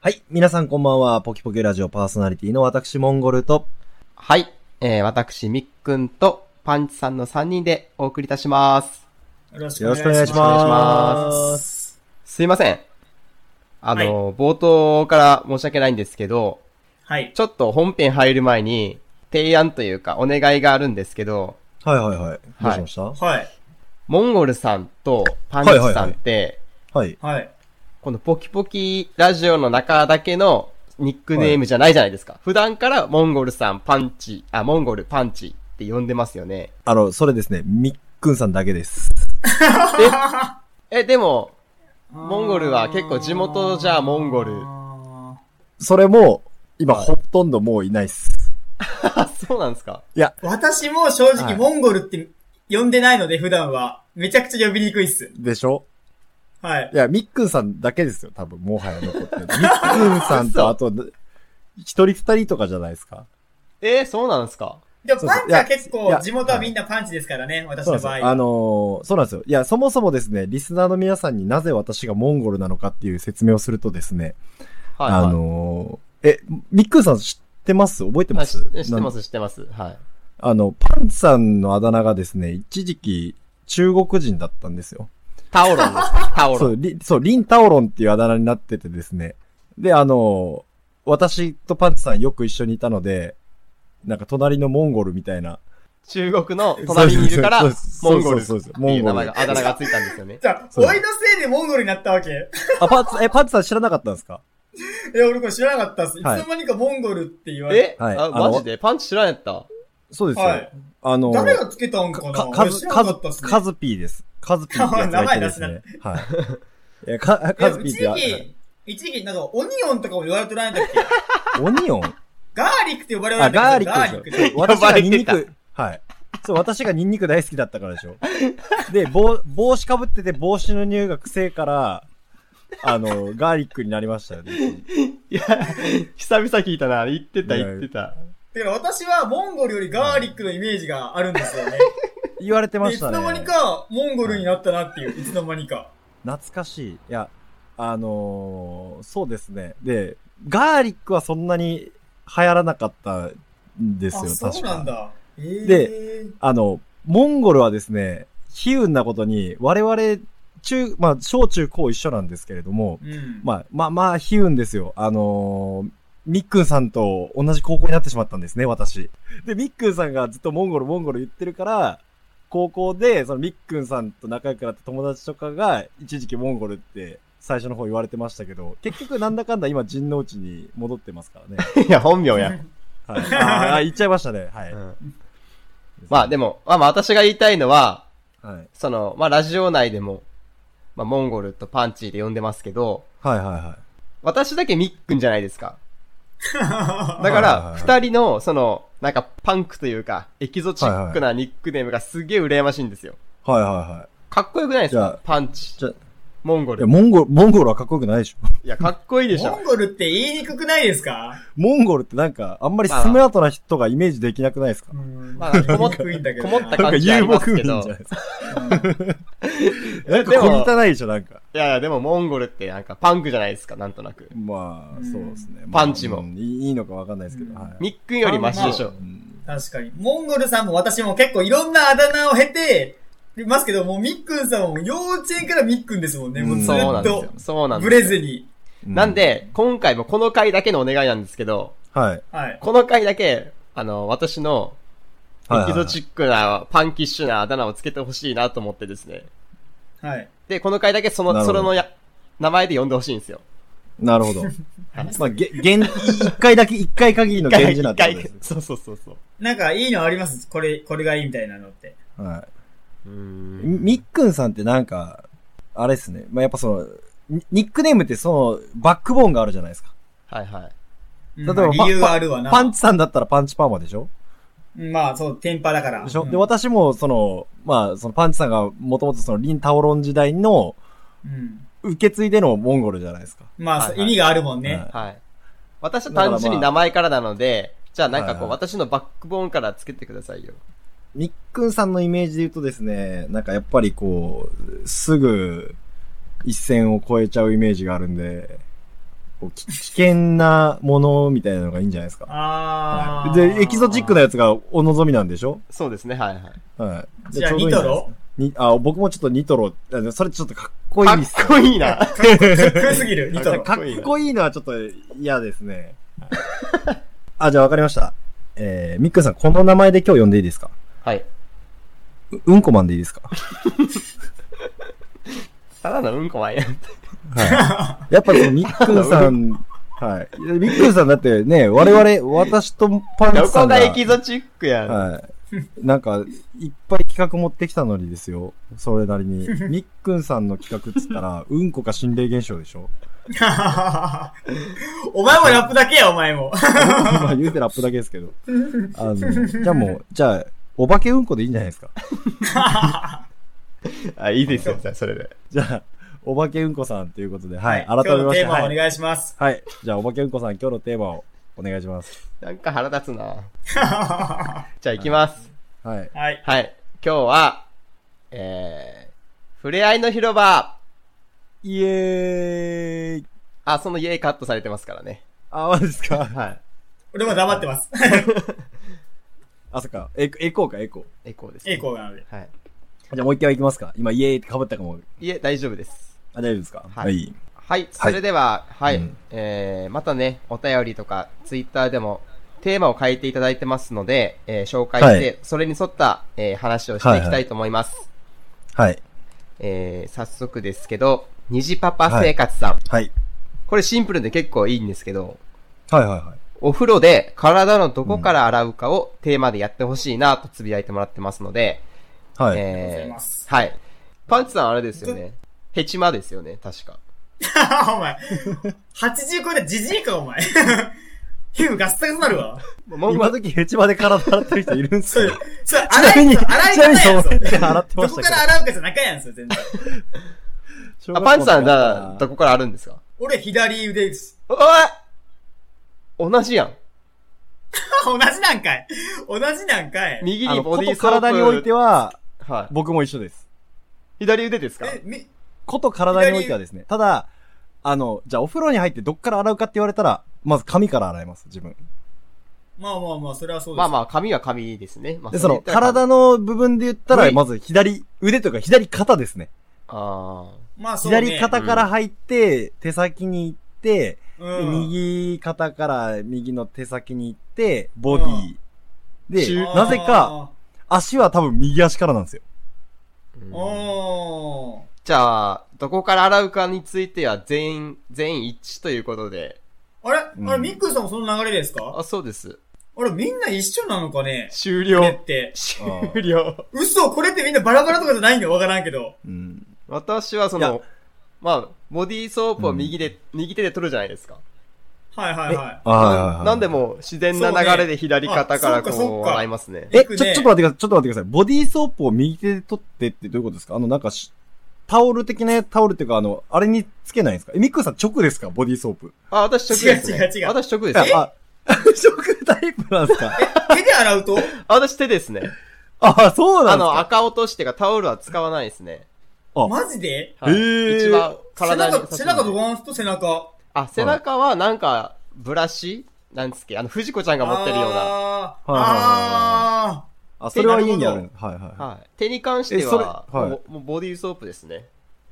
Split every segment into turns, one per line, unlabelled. はい。皆さんこんばんは。ポキポキラジオパーソナリティの私、モンゴルと、
はい。えー、私、みっくんとパンチさんの3人でお送りいたします。
よろし
よろしくお願いし
ま
ます。
すいません。あの、冒頭から申し訳ないんですけど、
はい。
ちょっと本編入る前に、提案というかお願いがあるんですけど、
はいはいはい。どうしましたは
はい。
モンゴルさんとパンチさんって、
い。
はい。
このポキポキラジオの中だけのニックネームじゃないじゃないですか。普段からモンゴルさんパンチ、あ、モンゴルパンチって呼んでますよね。
あの、それですね、みっくんさんだけです。
え、でも、モンゴルは結構地元じゃモンゴル。
あ
それも、今、
はい
ほとんどもういないっす。
あ、そうなんですか。
ー私も正
はい
直モンゴルって呼んでないので普段は。めちゃくちゃ呼びにくいっす。
でしょ
はい
い。や、みっくんさんだけですよ、多分、もはや残って る。みっくんさんと、
嘘
あと、一人二人とかじゃないですか。
えーそうなんですか。
でも
そうそう
パンチはい
や
結
い
構
や
地元はみんなパンチですからね、私
そうなん
の場
です
合
よ。あのーそうなんですよ。いや、そもそもですね、リスナーの皆さんになぜ私がモンゴルなのかっていう説明をするとですね、
はい、はい。
あのーえ、みっくんさん知ってます覚えて
は
ま
い
す
し知ってます、知ってます。はい。
あの、パンツさんのあだ名がですね、一時期、中国人だったんですよ。
タオロンですか。タオ
そ
ロン。
う、リそうリンタオロンっていうあだ名になっててですね。で、あの、私とパンツさんよく一緒にいたので、なんか隣のモンゴルみたいな。
中国の隣にいるから
そうそう、そう
モンゴルって
そうそうそう
いう
モ
名
ンゴ
前
ル
が、あだ名がついたんですよね。
じゃあ、
そう
おいのせいでモンゴルになったわけ い
あ、パンツ、え、パンツさん知らなかったんですか
や、俺これ知らなかったっす。いつ
はい
の間にかモンゴルって言われて。
え、
はい
あ
あの
マジでパンチ知らんやった。
そうですよ。
はい。
あの、
誰がつけたんかな
か、か
俺知
ず、
らな
か
か
ず
ったっ、すね。
かずぴーです。かずぴーってやつがいて ですね。はい。え、か、
いや
かずぴー
一
ってや、
時期、一時期、なんかオニオンとかも言われてないんだっけ
オニオン
ガーリックって呼ばれ
あ、
てた
ガー
ん
リ
だけ
ッ
ど
ク
ガ
ですよ。
呼ばれて
私
た
がニンニク。はい。そう、私がニンニク大好きだったからでし ょ。で、帽帽子かぶってて帽子の匂いが臭いから、あの、ガーリックになりましたよね。
いや、久々聞いたな。言ってた、
いや
言ってた。
だから私はモンゴルよりガーリックのイメージがあるんです よね。
言われてま
でい
し
つ
たね。
の間にかモンゴルになったなっていう、いつの間にか。
懐かしい。いや、あのーそうですね。で、ガーリックはそんなに流行らなかったんですよ、
あ、
確
そ
か。
うなんだ。えー、
で
で、
あの、モンゴルはですね、悲運なことに、我々、中、まあ、小中高一緒なんですけれども、
うん。
まあ、まあ、まあ、悲運ですよ。あのー、みっくんさんと同じ高校になってしまったんですね、私。で、みっくんさんがずっとモンゴル、モンゴル言ってるから、高校で、そのみっくんさんと仲良くなった友達とかが、一時期モンゴルって最初の方言われてましたけど、結局なんだかんだ今、陣の内に戻ってますからね。
いや、本名や。
はい。あーあー、言っちゃいましたね。はい。
うんまあでも、まあまあ私が言いたいのは、
はい。
その、まあラジオ内でも、まあモンゴルとパンチで呼んでますけど、
はいはいは
私だけミックンじゃないですか。
あ、
だ
はい
か
はい
ら、
はい
二人の、その、なんかパンクというか、エキゾチックなニックネームがすげえ羨ましいんですよ。
い。はいはいはい。
かっこよくないです
じゃあ
かパンチ
じゃあ。
モンゴ
いや、
ル。
モンゴル、モンゴルはかっこよくないでしょ。
いや、かっこいいでし
モ
ょ
ン。ゴルって言いにくくないですか
モンゴルってなんか、あんまりスムートな人がイメージできなくないですか
うん。
まあ
言いにくいんだけど
こ
な。
もった
なんか
感じあ
遊
りま
牧
す
民
け
じゃない
ど。い
ですか。なんか小汚いでしょ、なんか。
やいや、でもモンゴルってなんかパンクじゃないですか、なんとなく。
まあ、そうですね。
パンチ
ま
も
あうんいいいいのかわかんないですけど。
うん
はい
ミックンよりマシでしょ
う。ん
確かに。モンゴルさんも私も結構いろんなあだ名を経て、ますけど、もうみっくんさんはもう幼稚園からみっくんですもんね。もうず
そう
っ
なんです
と
よ。。そうなんです
ブ
よ。
レずに。
なん、で、今回もこの回だけのお願いなんですけど、
はい。
はい。
この回だけ、あの、私の、
はい
エ
はい
キゾチックな、パンキッシュなあだ名をつけてほしいなと思ってですね。
はい。
で、この回だけそ
な
の、
るほ
そ
ど
れのや、名前で呼んでほしいんですよ。
なるほど。まあ、げ、げん、一回だけ、一回限りの源氏なんてことですね。
そうそうそうそう。
なんかいいのありますこれ、これがいいみたいなのって。
は
うー
い。
ん。
みっくんさんってなんか、あれですね。まあ、やっぱその、ニニックネームってその、バックボーンがあるじゃないですか。
はいはい。
例
例えば
理由はあるわな。
パンチさんだったらパンチパーマでしょ
うんまあ、そう、天パだから。
でしょ、
うん
で、、私も、その、まあ、そのパンチさんがもともとその、リンタオロン時代の、
うん。
受け継いでのモンゴルじゃないですか。
まあ、
はいはい
意味があるもんね。
はい
はい。私は単純に名前からなので、じゃあなんかこう、
はいはい
私のバックボーンからつけてくださいよ。
みっくんさんのイメージで言うとですね、なんかやっぱりこう、すぐ一線を越えちゃうイメージがあるんで、こうき危険なものみたいなのがいいんじゃないですか。
あ
はい
ー。
で、エキゾチックなやつがお望みなんでしょ
そうですね、はいはい。
はい。
じゃあ、
ちょうどいい
ニ
んじゃ
ト
ないですか
ロ
にあ、僕もちょっとニトロ、あのそれちょっとかっこい
か
いっす。
っこいいな。
かっこよすぎる、ニト
こいい
ロ。
かっこいいのはちょっと嫌ですね。あ、じゃあわかりました。えー、みっくんさん、この名前で今日呼んでいいですか
はい。
ううんこマンでいいですか
ただのうんこはや。
はい。やっぱそのみっくんさん、はい。いやみっくんさんだってね、我々、私とパン
ど
チさ
こ
ん
が
が、
エキゾチックやん。
はい。なんか、いっぱい企画持ってきたのにですよ。それなりに。みっくんさんの企画っつったら、うんこか心霊現象でしょ
お前もラップだけや、お前も。
今言うてラップだけですけど。あの、じゃあもう、じゃあ、お化けうんこでいいんじゃないですか。
あ、いいですよ、じゃあそれで。
じゃあ、お化けうんこさんということで、はい。改
今日
め
の
まし
テ
て、
ーマをお
はい。
願いします。
はい。じゃあ、お化けうんこさん、今日のテーマをお願いします。
なんか腹 立つな。
は
じゃあ行きます。
はい。
い。
はい。今日は、えー、ふれあいの広場。
イエーイ
あ、その家カットされてますからね。
あ、マジですか
はい。
俺も黙ってます。
あ、そっか。エコ、エコーか、エコ
エコーです、
栄光なので。
ー。はい。
ー。じゃあもう一回行きますか。今、イエーイって被ったかも。
いえ、大丈夫です。
あ、大丈夫ですか
はい
い。
はい、それでは、はい、
うん
えー、またね、お便りとか、ツイッターでも、テーマを変えていただいてますので、えー紹介して、
はい
それに沿った、えー話をしていきたいと思います。
はい。
えー、早速ですけど、虹パパ生活さん、
はい。
これシンプルで結構いいんですけど、
はいはいはい。
お風呂で体のどこから洗うかをテーマでやってほしいなとつぶやいてもらってますので、
はい。
ありがとうござい
え
ます
ー、はい。パンチさんあれですよね。ヘチマですよね、確か。
お前。80超えたジジイか、お前。 皮膚ガッサガサなるわ。
モンゴ
今時ヘチマで体洗ってる人いるんす
そ れ
よ。、
それ、
ちな
洗
み
い、
に、ち
洗い
なみに
方やん、そ
そ
れ
う。洗ってま
ど
し
こ
た
か
け
ら洗うかじゃなかやん、それ、全然。
ど。
あ、パンチさん、じゃあ、どこからあるんですか
俺、左腕です。
おい同じやん。
同じなんかい。同じなんかい。
右
あ
に
の、
ボ
こ
ディ
と
ーソープ。
体においては、
はい。
僕も一緒です。
左腕ですか
え、み、
こと体においてはですね。ただ、あの、じゃあお風呂に入ってどっから洗うかって言われたら、まず髪から洗います、自分。
まあまあまあ、それはそうです。
まあまあ、髪は髪ですね。まあ、
で、その、
れで言ったら
体の部分で言った
は
ら、
い
まず左、腕というか左肩ですね。
あ
まあ、そうね。
左肩から入って、手先に行って、で
うん、
右肩から右の手先に行って、ボディ
中
で、なぜか、足は多分右足からなんですよ。
ー
あー。
うん
おー。
じゃあ、どこから洗うかについては全員、全員一致ということで。
あれ、
うん
あれ、ミックさんもその流れですか
あ、そうです。
あれ、みんな一緒なのかね
終
これ
了
っ。て。
終了。
嘘これってみんなバラバラとかじゃないのわからんけど。
うん。
私はそ
いや
の、まあ、ボディーソープを右で、右手で取るじゃないですか。
はいはいはい。
あはいはいはい
なんでもう自然な流れで左肩から
そうねあそっかそ
こ
っ
う
か
洗いますね。
え、ち
行く
ょ、
ね
ちょっと待ってください。ちょっと待ってください。ボディーソープを右手で取ってってどういうことですかあの、なんかし、タオル的なやタオルっていうか、あの、あれにつけないんですかえ、ミックさん直ですかボディーソープ。
あ、私直です、ね。
違う違う違う
私直です
あ
ね。
あ、直タイプなんですか
手で洗うと
あ私手ですね。
あ、そうな
あ
んです
の、
か
赤落としっていうかタオルは使わないですね。
あ
マジで
はい、
へー
一番体に
背
優しい
中、背中とワンと背中。
あ、背中はなんか、ブラシなんつっけあの、藤子ちゃんが持ってるような。
あー。
はいはいはい
あ
あ、それは家にある。はいはい。は
はい。手に関して
えそれ
は、
はい
もうもうボディーソープですね。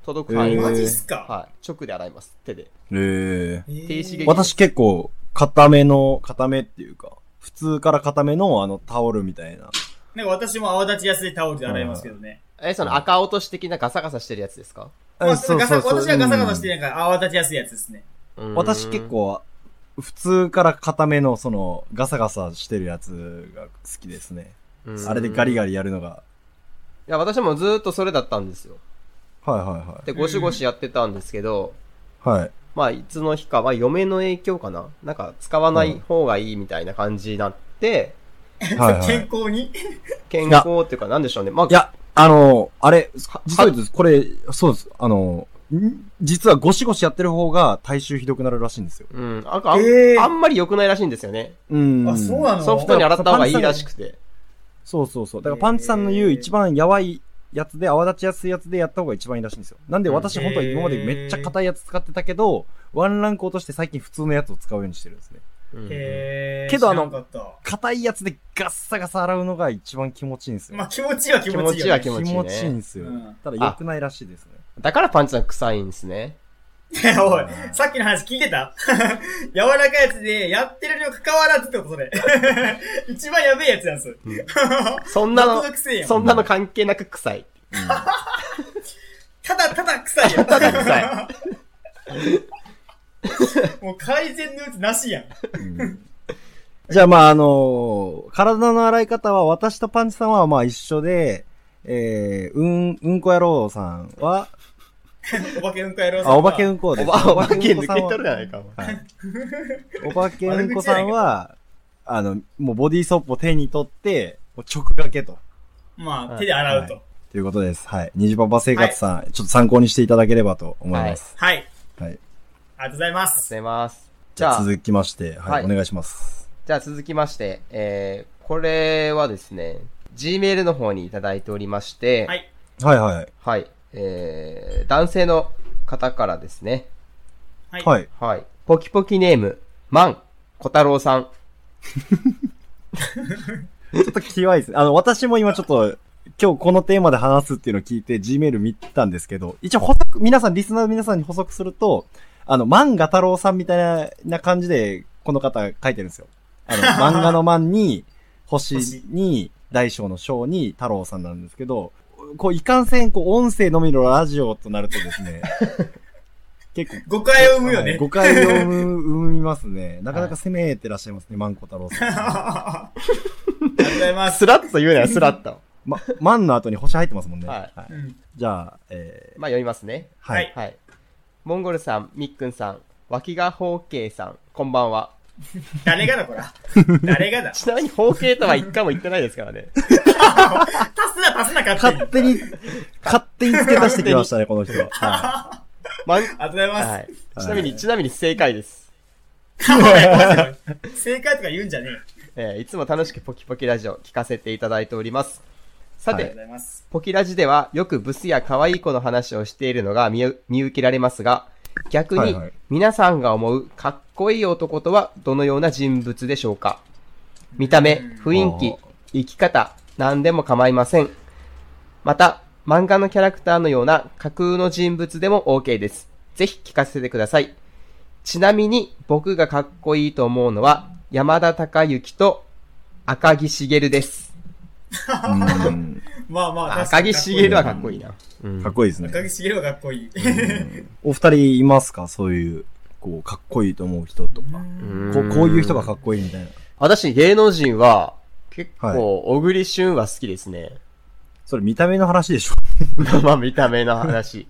届く範
へ
囲
ー。
ー
ま
マ
で
ジっすか。
はい。直で洗います。手で。
い。え
えー
低刺激
え。私結構、固めの、固めっていうか、普通から固めの、あの、タオルみたいな。
なんか私も泡立ちやすいタオルで洗いますけどね。
え、その赤落とし的なガサガサしてるやつですか
まあ、ガサ私はガサガサして
うん
なんか泡立ちやすいやつですね。
うーん
私結。構、普通から固めの、その、ガサガサしてるやつが好きですね。あれでガリガ
リ。
リやるのが。
いや、私もずーっとそれだったんですよ。
はいは
で、ゴシゴシやってたんですけど、
いはい。はい。
まあ、いつの日かは嫁の影響かななんか、使わない方がいいみたいな感じになって、
はいはい
健康に
健康っていうか、なんでしょうね。まあ、
いや、あの、あれ、
は
実は言うとこれ、そうです。あの、ん実はゴシゴシやってる方が体臭ひどくなるらしいんですよ。
うん。なんかあん、
えー
あんまり良くないらしいんですよね。
うん。
あ、そうなの
ソフトに洗った方がいいらしくて。
そうそうそう。だからパンチさんの言う一番やばいやつで、泡立ちやすいやつでやった方が一番いいらしいんですよ。なんで私
うん
本当は今までめっちゃ硬いやつ使ってたけど、ワンランク落として最近普通のやつを使うようにしてるんですね。
うん
へー。
けどあの
知らんかった
硬いやつでガッサガサ洗うのが一番気持ちいいんですよ。
まあ気持ちは気持ちいい、ね。
気持ちは気
持
持
気
ちいいね
持ちいいんですよ。
うん
ただ良くないらしいですね。
だからパンチさん臭いんですね。
ちいい。 おい、さっきの話聞いてた 柔らかいやつでやってるにもかかわらずってことそれ。 一番やべえやつなんですよ。
そんな
納
の、
得せえやん。
そんなの関係なく臭い。
ただただ臭いやん。
ただ臭い。
もう改善のうちなしやん。
じゃあまああのー体の洗い方は私とパンチさんはまあ一緒で、えー、うん、うんこ野郎さんは、
お化けうんこやろう
あ、おばけうんこ
お
です。
ば、おばけ抜け
さんは
とるじゃないか。
はい。おばけうんこさんは、あの、もうボディーソープを手に取って、もう直掛けと。
まあ手で洗うと。
ということです。はい。ニジパパ生活さん、ちょっと参考にしていただければと思います。
はい。
はい。
ありがとうございま
ありがとうご
す。
ざいます。
じ
じ
ゃ
ゃ
あ
あ、
続きまして、はい、
はい
お願いします。
じゃあ続きまして、えー、これはですね、Gmail の方にいただいておりまして、
はい。
はいはい。
はい。えー、男性の方からですね。
はい。。
はいい。
はい。ポキポキネーム、マン、小太郎さん。
ちょっとキワいですね。あの、私も今ちょっと、今日このテーマで話すっていうのを聞いて Gmail 見たんですけど、一応補足、皆さん、リスナーの皆さんに補足すると、あの、漫画太郎さんみたいな感じで、この方書いてるんですよ。あ の、漫画の漫に、星に、大小の小に太郎さんなんですけど、こう、いかんせん、こう、音声のみのラジオとなるとです ね、結構、
誤解を生むよ
はい
ね。
誤解を生む、生みます ね。なかなか攻めてらっしゃいますね、マンコ太郎さん。
ありがとうございます。
スラッと言うなよ、スラッと。
ま、マンの後に星入ってますもんね。
はい
はい
うん
じゃあ、えー、
まあ読みますね。
は
はいい。
はい。モンゴルさん、みっくんさん、脇が方形さん、こんばんは。
誰がだ、こら。誰がだ。足
ちなみに方形とは一回も言ってないですからね。
すな、足すな、勝手に。
勝手 に、勝手に付け足してきましたね、この人は。は
まん
ありがとうございます。
はい。ちなみに、ちなみに正解です。
おいおいおい正解とか言うんじゃねえよ。
えーいつも楽しくポキポキラジオ聞かせていただいております。さ
は
て、
ありがとうございます。
ポキラジではよくブスや可愛い子の話をしているのが見う見受けられますが、逆
はい
に
はい
皆さんが思うかっこいい男とはどのような人物でしょうか見た目、雰囲
あ
気、生き方、何でも構いません。また、漫画のキャラクターのような架空の人物でも OK です。ぜひ聞かせてください。ちなみに僕がかっこいいと思うのは山田孝之と赤木茂です。
いうん
まあまあ、
赤木茂はかっこいい
な。
な。うん
かっこいいですね。
赤木茂はかっこいい。
お二人いますかそういう、こう、かっこいいと思う人とか。こうこういう人がかっこいいみたいな。
私、芸能人は、結
はい
構、小栗旬は好きですね。
それ見た目の話でしょ
まあ、見た目 の話。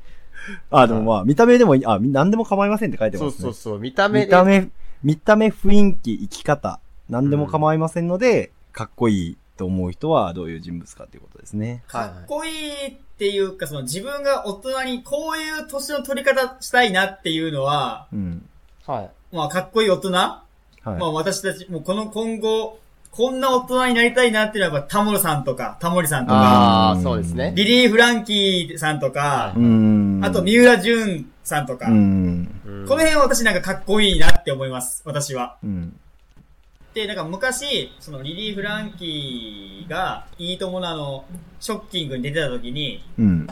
あ、でもまあ、見た目でもいい。あ、み何でも構いませんって書いて
そ
ま
う
す
そ
ね
う。そう、見た目
見
で。
た目、見た目、雰囲気、生き方、何でも構いませんので、かっこいいと思う人はどういう人物かということですね。
はい
かっこいいっていうか、その自分が大人にこういう年の取り方したいなっていうのは、
うん。
はい。
まあかっこいい大人、
はい。
まあ私たち、もうこの今後、こんな大人になりたいなっていうのはやっぱタモリさんとか、タモリさんとか、
あ
う
あ、
ん
そうですね。
リリー・フランキーさんと
は
か
い、
うん。
あと三浦淳さんとか、
う
こ
ん。
うん
の辺は私なんかかっこいいなって思います、私は。
うん。
で、なんか昔、そのリリー・フランキーが、いいとものあの、ショッキングに出てた時に、
うん。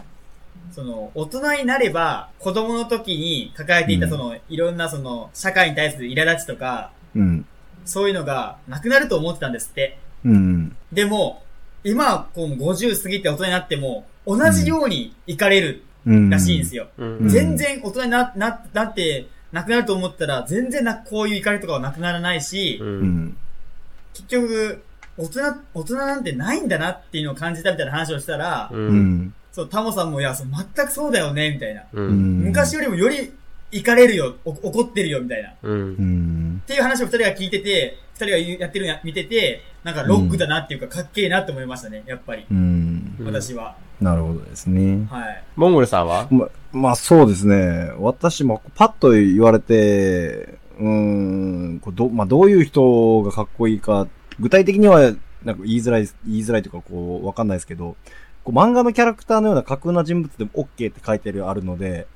その、大人になれば、子供の時に抱えていた、
うん
その、いろんなその、社会に対する苛立ちとか、
うん。
そういうのが、なくなると思ってたんですって。
うん。
でも、今、こう、50過ぎて大人になっても、同じように行かれる
うん。
らしいんです
よ。
よ。
うん
全然大人にな、な、なって、なくなると思ったら、全然な、こういう怒りとかはなくならないし、
う。
うんん。
結局、大人、大人なんてないんだなっていうのを感じたみたいな話をしたら、
う。
うんん。
そう、タモさんも、いや、そう全くそうだよね、みたいな。
う。
うんん。
昔よりもより、行かれるよ、お怒ってるよ、みたいな。っ
うん
うん。
ていう話を二人が聞いてて、二人が言うやってるのや見てて、なんかロックだなっていうか、かっけえなって思いましたね、やっぱり。
うん。
うん
私は。
なるほどですね。
はい。
モンゴルさんは
ま、まあそうですね。私もパッと言われて、うーん、こうど、まあどういう人がかっこいいか、具体的にはなんか言いづらい、言いづらいというかこう、わかんないですけど、こう漫画のキャラクターのような架空な人物でも OK って書いてあるので、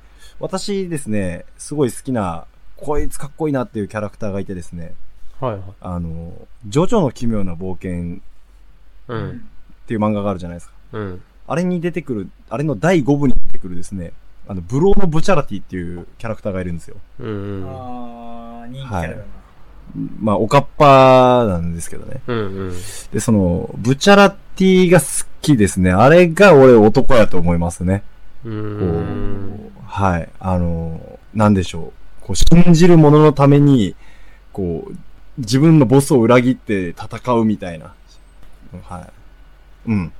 私ですね、すごい好きな、こいつかっこいいなっていうキャラクターがいてですね、
はいはい。
あの、ジョジョの奇妙な冒険
う。。
うん
っていう漫画があるじゃないですか。
うん。
あれに出てくる、あれの第5部に出てくるですね、あの、ブローのブチャラティっていうキャラクターがいるんですよ。
うん。うん。
あー、人気キャラだな。
まあ、おかっぱなんですけどね。
うん。
で、その、ブチャラティが好きですね。あれが俺男やと思いますね。
う。
こうんはい。あの、なんでしょう。こう、信じる者のために、こう、自分のボスを裏切って戦うみたいな。はい。 うん。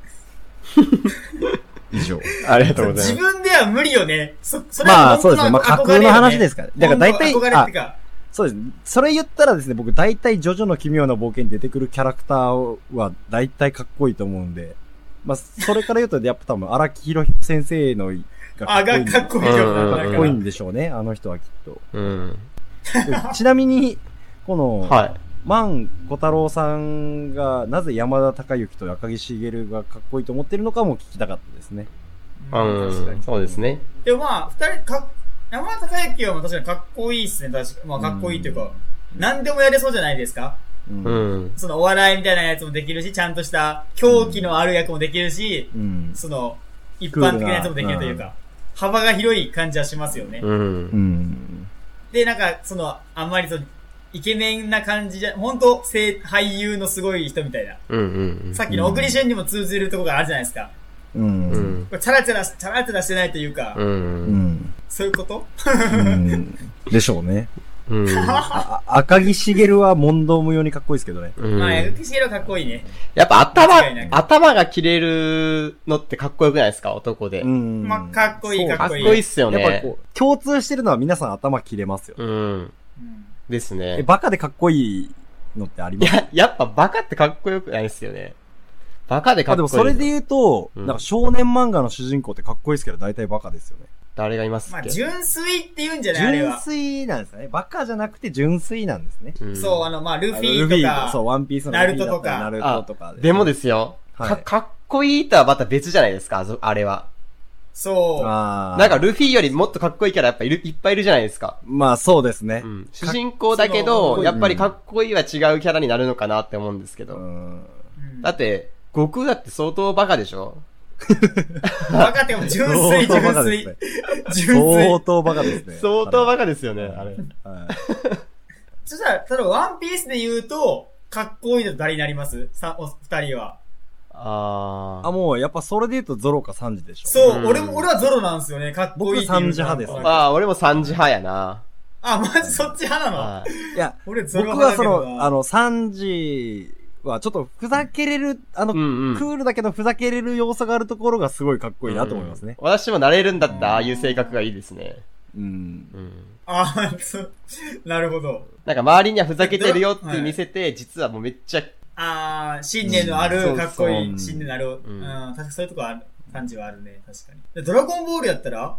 以上。
ありがとうござ
自
います。
分では無理よね。そ、それは。
まあ、そうですね。まあ、架空の話ですすから。だ
だ
か
からら
大
大
体
体、、憧れってか。
そうです。それ言ったらですね、僕大体ジョジョの奇妙な冒険に出てくるキャラクターは大体かっこいいと思うんで、まあ、それから言うと、やっぱ多分、荒木博彦先生のが
あ、が、かっこいいよ
うん
な。
か
だ
っ
か
こいい
ら
んでしょうね、あの人はきっと。
うん。
でちなみに、この、
はい。
マン小太郎さんが、なぜ山田孝之と赤木茂がかっこいいと思ってるのかも聞きたかったですね。
確か
う
に
ん。そうですね。
でもまあ、二人、か、山田孝之はまあ確かにかっこいいっすね、確か。まあかっこいいというか、何でもやれそうじゃないですか。
う。
うんん。
そのお笑いみたいなやつもできるし、ちゃんとした狂気のある役もできるし、
うん。
その、一般的なやつもできるというか、幅が広い感じはしますよね。
うん
う。ん。
で、なんか、その、あんまりその、イケメンな感じじゃ、ほんと、声俳優のすごい人みたいな。
うん。うん。
さっきの小栗旬にも通じるとこがあるじゃないですか。
う。
うんん。
これチャラチャラし、チャラチャラしてないというか、
うん。
ん。
そういうこと
うん。でしょうね。
うん。
あ赤木茂は問答無用にかっこいいですけどね。
うん
まあ、役者はかっこいいね。
やっぱ頭
間違いない、
頭が切れるのってかっこよくないですか男で。
ん
まあ、かっこいい、か
か
っ
っこ
こいい。
いいっすよ
やっぱり
ね。
こう、共通してるのは皆さん頭切れますよ。
うん。
うん
です
え、
ね。
バカでかっこいいのってあり
い
ます
や、やっぱバカってかっこよくないっすよね。バカでか
あ
っ
で
こい
も
い。
それで言うと、
うん
なんか少年漫画の主人公ってかっこいいですけど、大体バカですよね。
誰がいます
ま
っ
あ、
け、
純粋って言うんじゃないあれ
純
は。
粋なんですね。バカじゃなくて純粋なんですね。
うん
そう、あの、まあ、ルフ
あの
ィ
ル
と
フ
か、
そう、ワンピースの
ナル
ル
ト
フィだ
と
っ
か
たりナルトとか。
でもですよ、
はい
か、かっこいいとはまた別じゃないですか、あそあれは。
そう。
あー
なんか、ルフィよりもっとかっこいいキャラやっぱいるいっぱいいるじゃないですか。
まあそうですね
う。ん主人公だけど、
そう
やっぱりかっこいいは違うキャラになるのかなって思うんですけ
う
ど。
ん。
うん
だって、悟空だって相当バカでしょ
バカってかも 純
相
粋、
当バカ
純
です
粋
ね。。
純
相
粋。
当バカですね。
相当バカですよね、あれ。
カ。はい
そしたら、ただワンピースで言うと、かっこいいの誰になりますさ、お二人は。
あ
あ、
ー。
もう、やっぱそれで言うとゾロかサンジでしょ。
そうう、
ん
俺も、俺はゾロなんですよね。かっこいいっていうの
僕三次派です
なんか
あー、俺も三時派やな。
あ、マジそっち派なの
はい
や、
俺ゾロ
僕は
派だ
そ
けどな。
の、あの、サンジはちょっとふざけれる、あの、
い。うんうん。
クールだけどふざけれる要素があるところがすごいかっこいいなと思いますね。
うん私もなれるんだったら、ああいう性格がいいですね。
うん。
うん。
あ、そうなるほど。
なんか周りにはふざけてるよって見せて、実はもうめっちゃ、
あー、信念の
う
あ
んそう
る、かっこい
そう
い、信念のある、うんん、確かにそういうとこある、感じはあるね、確かにで。ドラゴンボールやったら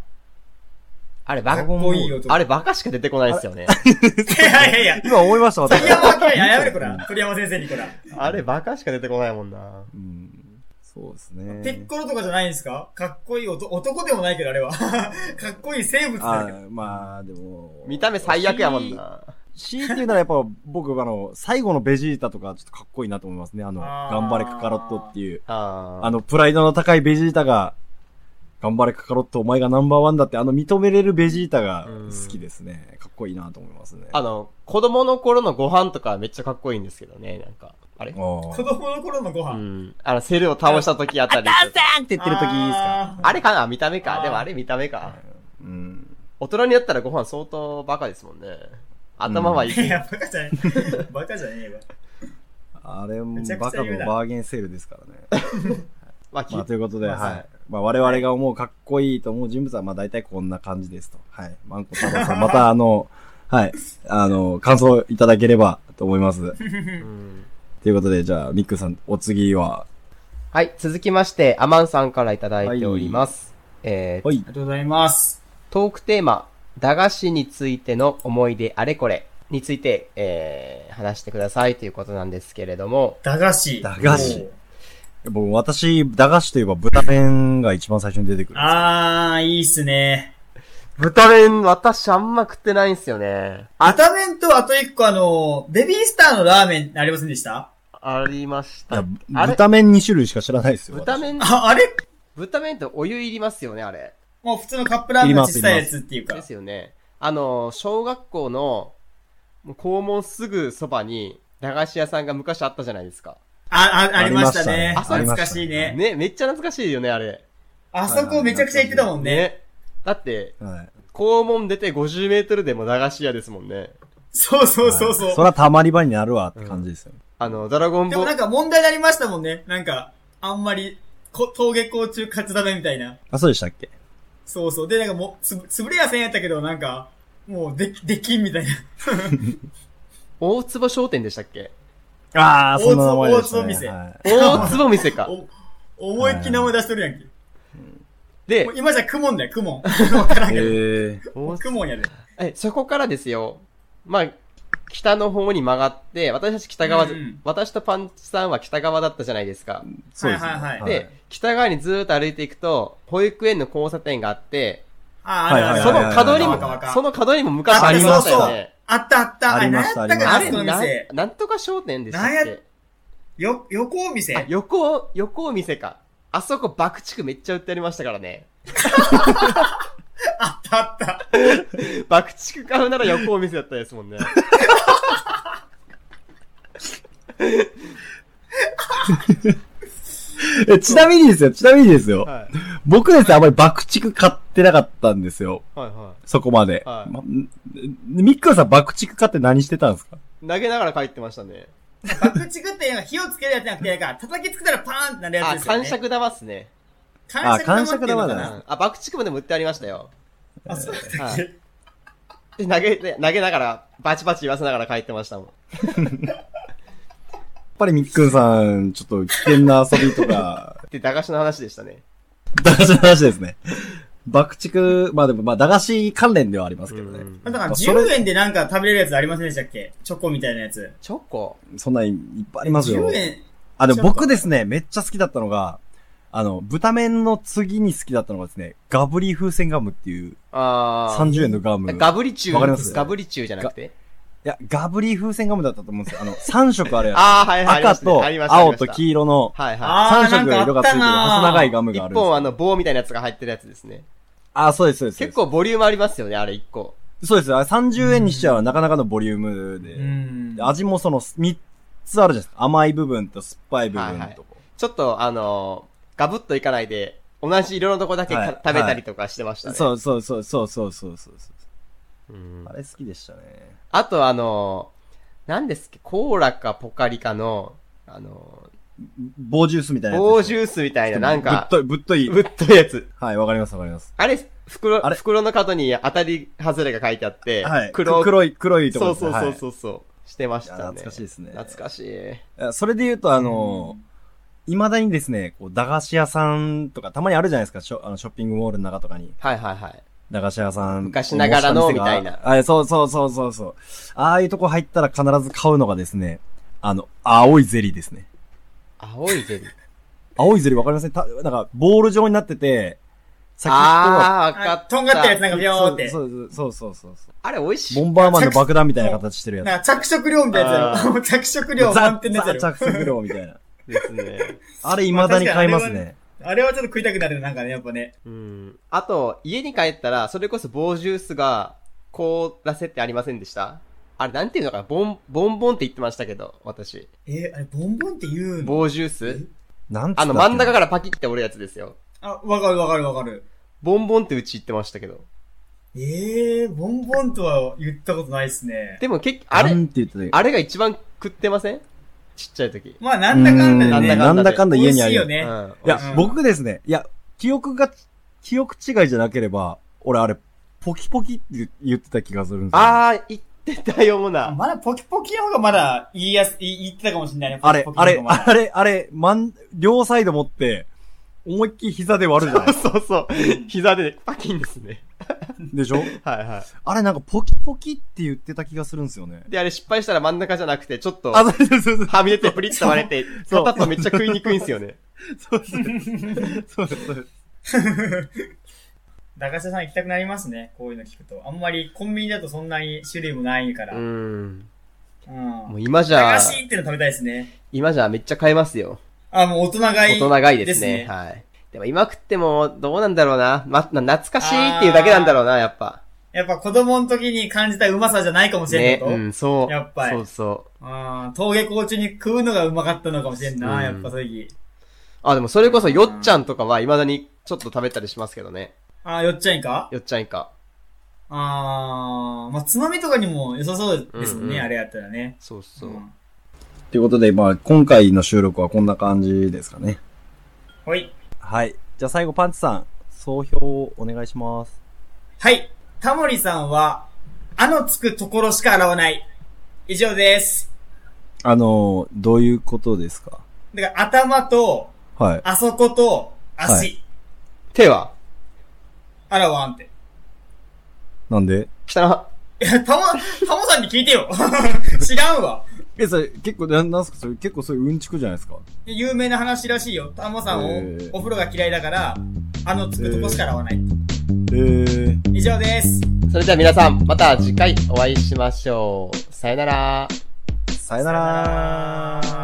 あれバ
かっ
カ、
こいいよと。
あれバカしか出てこないですよね。
いやいやいや、
今思いました、私
鳥。山明や、やめろ、こら。鳥山先生に、こら。
あれバカしか出てこないもんな。
うん。そうです
ピッ
ね。
コロとかじゃないんですかかっこいい男、男でもないけど、あれは。 かっこいい生物だ
あ
けど。
ーまあ、でも。
見た目最悪やもんな。
C って言うならやっぱ僕、あの、最後のベジータとかちょっとかっこいいなと思いますね。あの、
あー
頑張れカカロットっていう。
あ
あの、プライドの高いベジータが、頑張れカカロット、お前がナンバーワンだって、あの、認めれるベジータが好きですね。かっこいいなと思いますね。
あの、子供の頃のご飯とかめっちゃかっこいいんですけどね、なんか。あれ
子
子供の頃のご
う
飯。
ん。あの、セルを倒した時あたり。
ンって言
言
ってる時ですか。
あれかな見た目か。
あー
でもあれ見た目か。
うん。
大人になったらご飯相当バカですもんね。頭はいいけ
い
ど。
や、バカじゃねえ。バカじゃねえわ。
あれも
めちゃ
バ
くち
カ
ゃ
の
言うな
バーゲンセールですからね。
まあ、き
まあ、という ことで、
まあ
は
はい
い。まあ、我々が思うかっこいいと思う人物は、まあ、大体こんな感じですと。はい。マンコ太郎さん、またあの、はい。あの、感想いただければと思います。
うん
ということで、じゃあ、ミックさん、お次は、
はい、続きまして、アマンさんからいただいております。えー
はい
あり。がとうございます。
トークテーマ、駄菓子についての思い出あれこれについて、えー話してくださいということなんですけれども、
駄菓子。
駄菓子
おう。
僕、私、駄菓子といえば豚麺が一番最初に出てくる。
あー、いいっすね。
豚麺、私あんま食ってないんすよね。あ、
片面とあと一個あの、ベビースターのラーメンありませんでした
ありまし
い
た
や。
あれ
豚麺2種類しか知らないですよ。
豚麺、
あ、あれ
豚麺ってお湯いりますよね、あれ。
もう普通のカップラーメンの小さいやつっていう
で
か。
すよね。あの、小学校の、もう校門すぐそばに、駄菓子屋さんが昔あったじゃないですか。
あ、あ、ありましたね。
あ
りましたね
懐かしいね。
ね、めっちゃ懐かしいよね、あれ。
あそこめちゃくちゃ行ってたもんね。
ね。だって、
私。はい。
校門出て50メートルでも駄菓子屋ですもんね。
そうそうそう
はい
そ
そらたまり場になるわって感じですよね。
あの、ドラゴン
う。で
ボ
も
ー
なん
ル、
か問題になりましたもんね。なんか、あんまり、こ登下校中勝つためみたいな。
あ、そうでしたっけ
そうそう。で、なんかもう、つぶ、潰れやせんやったけど、なんか、もう、でき、できんみたいな。
大坪商店でしたっ け
ああ、そんな名前でし
大
た
津
ね。
大津の店
はい
大坪店か。
お、思いっきり名前出しとるやんけ。
で
もう、今じゃクモンだよ、クモン。 わからんけど。
へえ。
大
クモンやで。
え、そこからですよ。まあ、北の方に曲がって、私たち北側ず、
うんうん
私とパンチさんは北側だったじゃないですか。
そうですね。
はいはいはい
で、北側にずーっと歩いていくと、保育園の交差点があって、
あー、あるあ
はい
る
そ
はい
の
はいはい
角に
わかわ
も、
か
その角にも昔ありましたよね。
あったあった。
ありました
あれ何やったかな、あ
あ
りまし
れ、
そこの
な
店。
なんとか商店でしたっ
なんや
け
よ、横店
あ、横、横店か。あそこ爆竹めっちゃ売ってありましたからね。
あったあった。
爆竹買うなら横店だったです もんね。
えちなみにですよ、ちなみにですよ。
はい。
僕ですね、あまり爆竹買ってなかったんですよ。
はいは
そこまで。
はい
まんみっくんさん爆竹買って何してたんですか
い。投げながら帰ってましたね。
爆竹っていうのは火をつけるやつじゃなくて、なんか叩きつけたらパーンってなるや
あ
つ、ですよ
感
ね。
触玉っすね。
感
あ感触
触
玉
玉
だ
だ
う
な
な。
んあ、爆竹もでも売ってありましたよ。
あ、そうだっ
は
たっ
いで
け。
投げ、投げながら、バチバチ言わせながら帰ってましたもん。
やっぱりみっくんさん、ちょっと危険な遊びとか、
で、駄菓子の話でしたね。
駄菓子の話ですね。爆竹、まあでも、まあ駄菓子関連ではありますけど
う
ね。
ん
だから
あそれ
10円でなんか食べれるやつありませんでしたっけチョコみたいなやつ。
チョコ
そんなんいっぱいありますよ。
10円。
あ、でも
ちょっと
僕ですね、めっちゃ好きだったのが、あの、豚麺の次に好きだったのがですね、ガブリ風船ガムっていう、
あー。
30円のガム。
ガブリチュ
わかります
ー。ガブリチューじゃなくて。
いや、ガブリ風船ガムだったと思うんですよ。あの、3色あるやつ。
あー、はいはい。ありま
赤
したね
と
ありました
青と。
あり
黄色の
ましたはいは
あ
3
ー、な
色
ん
の
か
色
あ
が
っ
つい
た
てる細長い
な
ガム
い。
があ
一
るんです
本
よ。
あの棒みたいなやつが入ってるやつですね。
あ、そうです、そうです。
結構ボリュームありますよね、あれ一個。
そうです。そうですあれ30円にしちゃうなかなかのボリュームで。
うん
で。味もその3つあるじゃないですか。甘い部分と酸っぱい部分と。
はいはちょっと、あのー、ガブッといかないで、同じ色のとこだけか、
はい
食べたりとかしてましたね。
そうそうそうそうそうそうそうそう。
うん
あれ好きでしたね。
あと、あのー、何ですっけ、コーラかポカリかの、あの
棒ジュースみたい
ー、
なやつでしょ。
棒ジュースみたいな、なんか、
ぶっとい、ぶっとい。
ぶっといやつ。
はい、わかりますわかります。
あれ、袋、
あれ
袋の角に当たり外れが書いてあって、
はい。
黒、
く黒い、黒いとこ
そ
ろ
う
です、
そ
ね。
うそうそうそう、してましたね。
いや懐かしいですね
懐かしい。
はいそれで言うと、あの、未だにですね、こう、駄菓子屋さんとか、たまにあるじゃないですか、ショあのショッピングモールの中とかに。
はいはいはい。
駄菓子屋さん。
昔ながらのみたいな
はい、そうそうそうそうそう。ああいうとこ入ったら必ず買うのがですね、あの、青いゼリーですね。
青いゼリー。
青いゼリーわかりませんたなんか、ボール状になってて、先っ
あー、わか
あ
った。
とんがったやつなんかビ
ぽ
ョ
は
ーって。
そうそうそうそうそう
あれ美味し
ボ
い。
ンバーマンの爆弾みたいな形してるやつ。
なんか着色料みたいなやつやろ。着色料
ザ
満点のやつや
ザ
ろ
着色料みたいな。
ですね。
あれ未だに買いますね。
あれはちょっと食いたくなるよなんかね、やっぱね。
うん。あと、家に帰ったら、それこそ棒ジュースが凍らせってありませんでしたあれ、なんていうのかなボン、ボンボンって言ってましたけど、私。
え、あれ、ボンボンって言うの
棒ジュース
なんつった
あ
っけ
の、真ん中からパキって折るやつですよ。
あ、わかるわかるわかる。
ボンボンってうち言ってましたけど。
ええボンボンとは言ったことないっすね。
でも結あれ
なんて言ってたっけ
あれが一番食ってませんちっちゃい時。
まあ、なんだかんだ
う
で
ー
ね。
ん
な
なんん
だ
だ
か
か
ん
ん
だ
だ
美
家
味
にあ
しい
る
よ
よ。
ね。
うん。
いや、
うん
僕ですね、いや、記憶が、記憶違いじゃなければ、俺あれ、ポキポキって言ってた気がするんですよ。
あー、言ってたよう
あ
な。
まだポキポキの方がまだ言いやす、言い言ってたかもしれないね。
あれ
ポ、キポ
あ
キ
れ
の方、がまだ
あれ、あれ、まん、両サイド持って、思いっきり膝で割るじゃない
そうそう。膝でパキンですね。
でしょ
はいは
あれなんかポキポキって言ってた気がするんですよ ね
い。。で、あれ失敗したら真ん中じゃなくて、ちょっと、
あ、そうそうそうそう。
はみ出てプリッと割れて、
そう
パタッとめっちゃ食いにくいんすよね。
そうですね。そうです、そうです。
駄菓子屋さん行きたくなりますね。こういうの聞くと。あんまりコンビニだとそんなに種類もないから。
う
うん。
ん。もう
駄
今じゃ
菓、子っての食べたいですね。
今じゃめっちゃ買えますよ。
あ、もう大人買
大
い。
人買いですね。
ですね
はい。でも今食ってもどうなんだろうな。ま、な懐かしいっていうだけなんだろうな、やっぱ。
やっぱ子供の時に感じたうまさじゃないかもしれん
ね。
のと。
うん、そう。
やっぱり
そうそう。
あー登下校中に食うのがうまかったのかもしれんな、
うん
やっぱそういう時。
あ、でもそれこそよっちゃんとかは未だにちょっと食べたりしますけどね。
ああ、よっちゃいか
よっちゃん以下。
ああ、まあ、つまみとかにも良さそうですもん
う
ね、
んうん
あれやったらね。
そうそう。
ん
ということで、まあ、今回の収録はこんな感じですかね。
ほい。
はい。じゃあ最後、パンチさん、総評をお願いします。
はい。タモリさんは、あのつくところしか洗わない。以上です。
あのー、どういうことですか
だから、頭と、
はい。
あそこと、足。
は
手は
洗わんって。
なんで
汚は、
いや、タモ、タモさんに聞いてよ。 知らんわ。
え、それ、結構、ななんすかそれ、結構そういううんちくじゃないですか
有名な話らしいよ。タモさん
へ
を
ー
お風呂が嫌いだから、あのつくとこしか洗わな
え
い。
ー。
以上です。
それでは皆さん、また次回お会いしましょう。さよなら。
さよなら
さよなら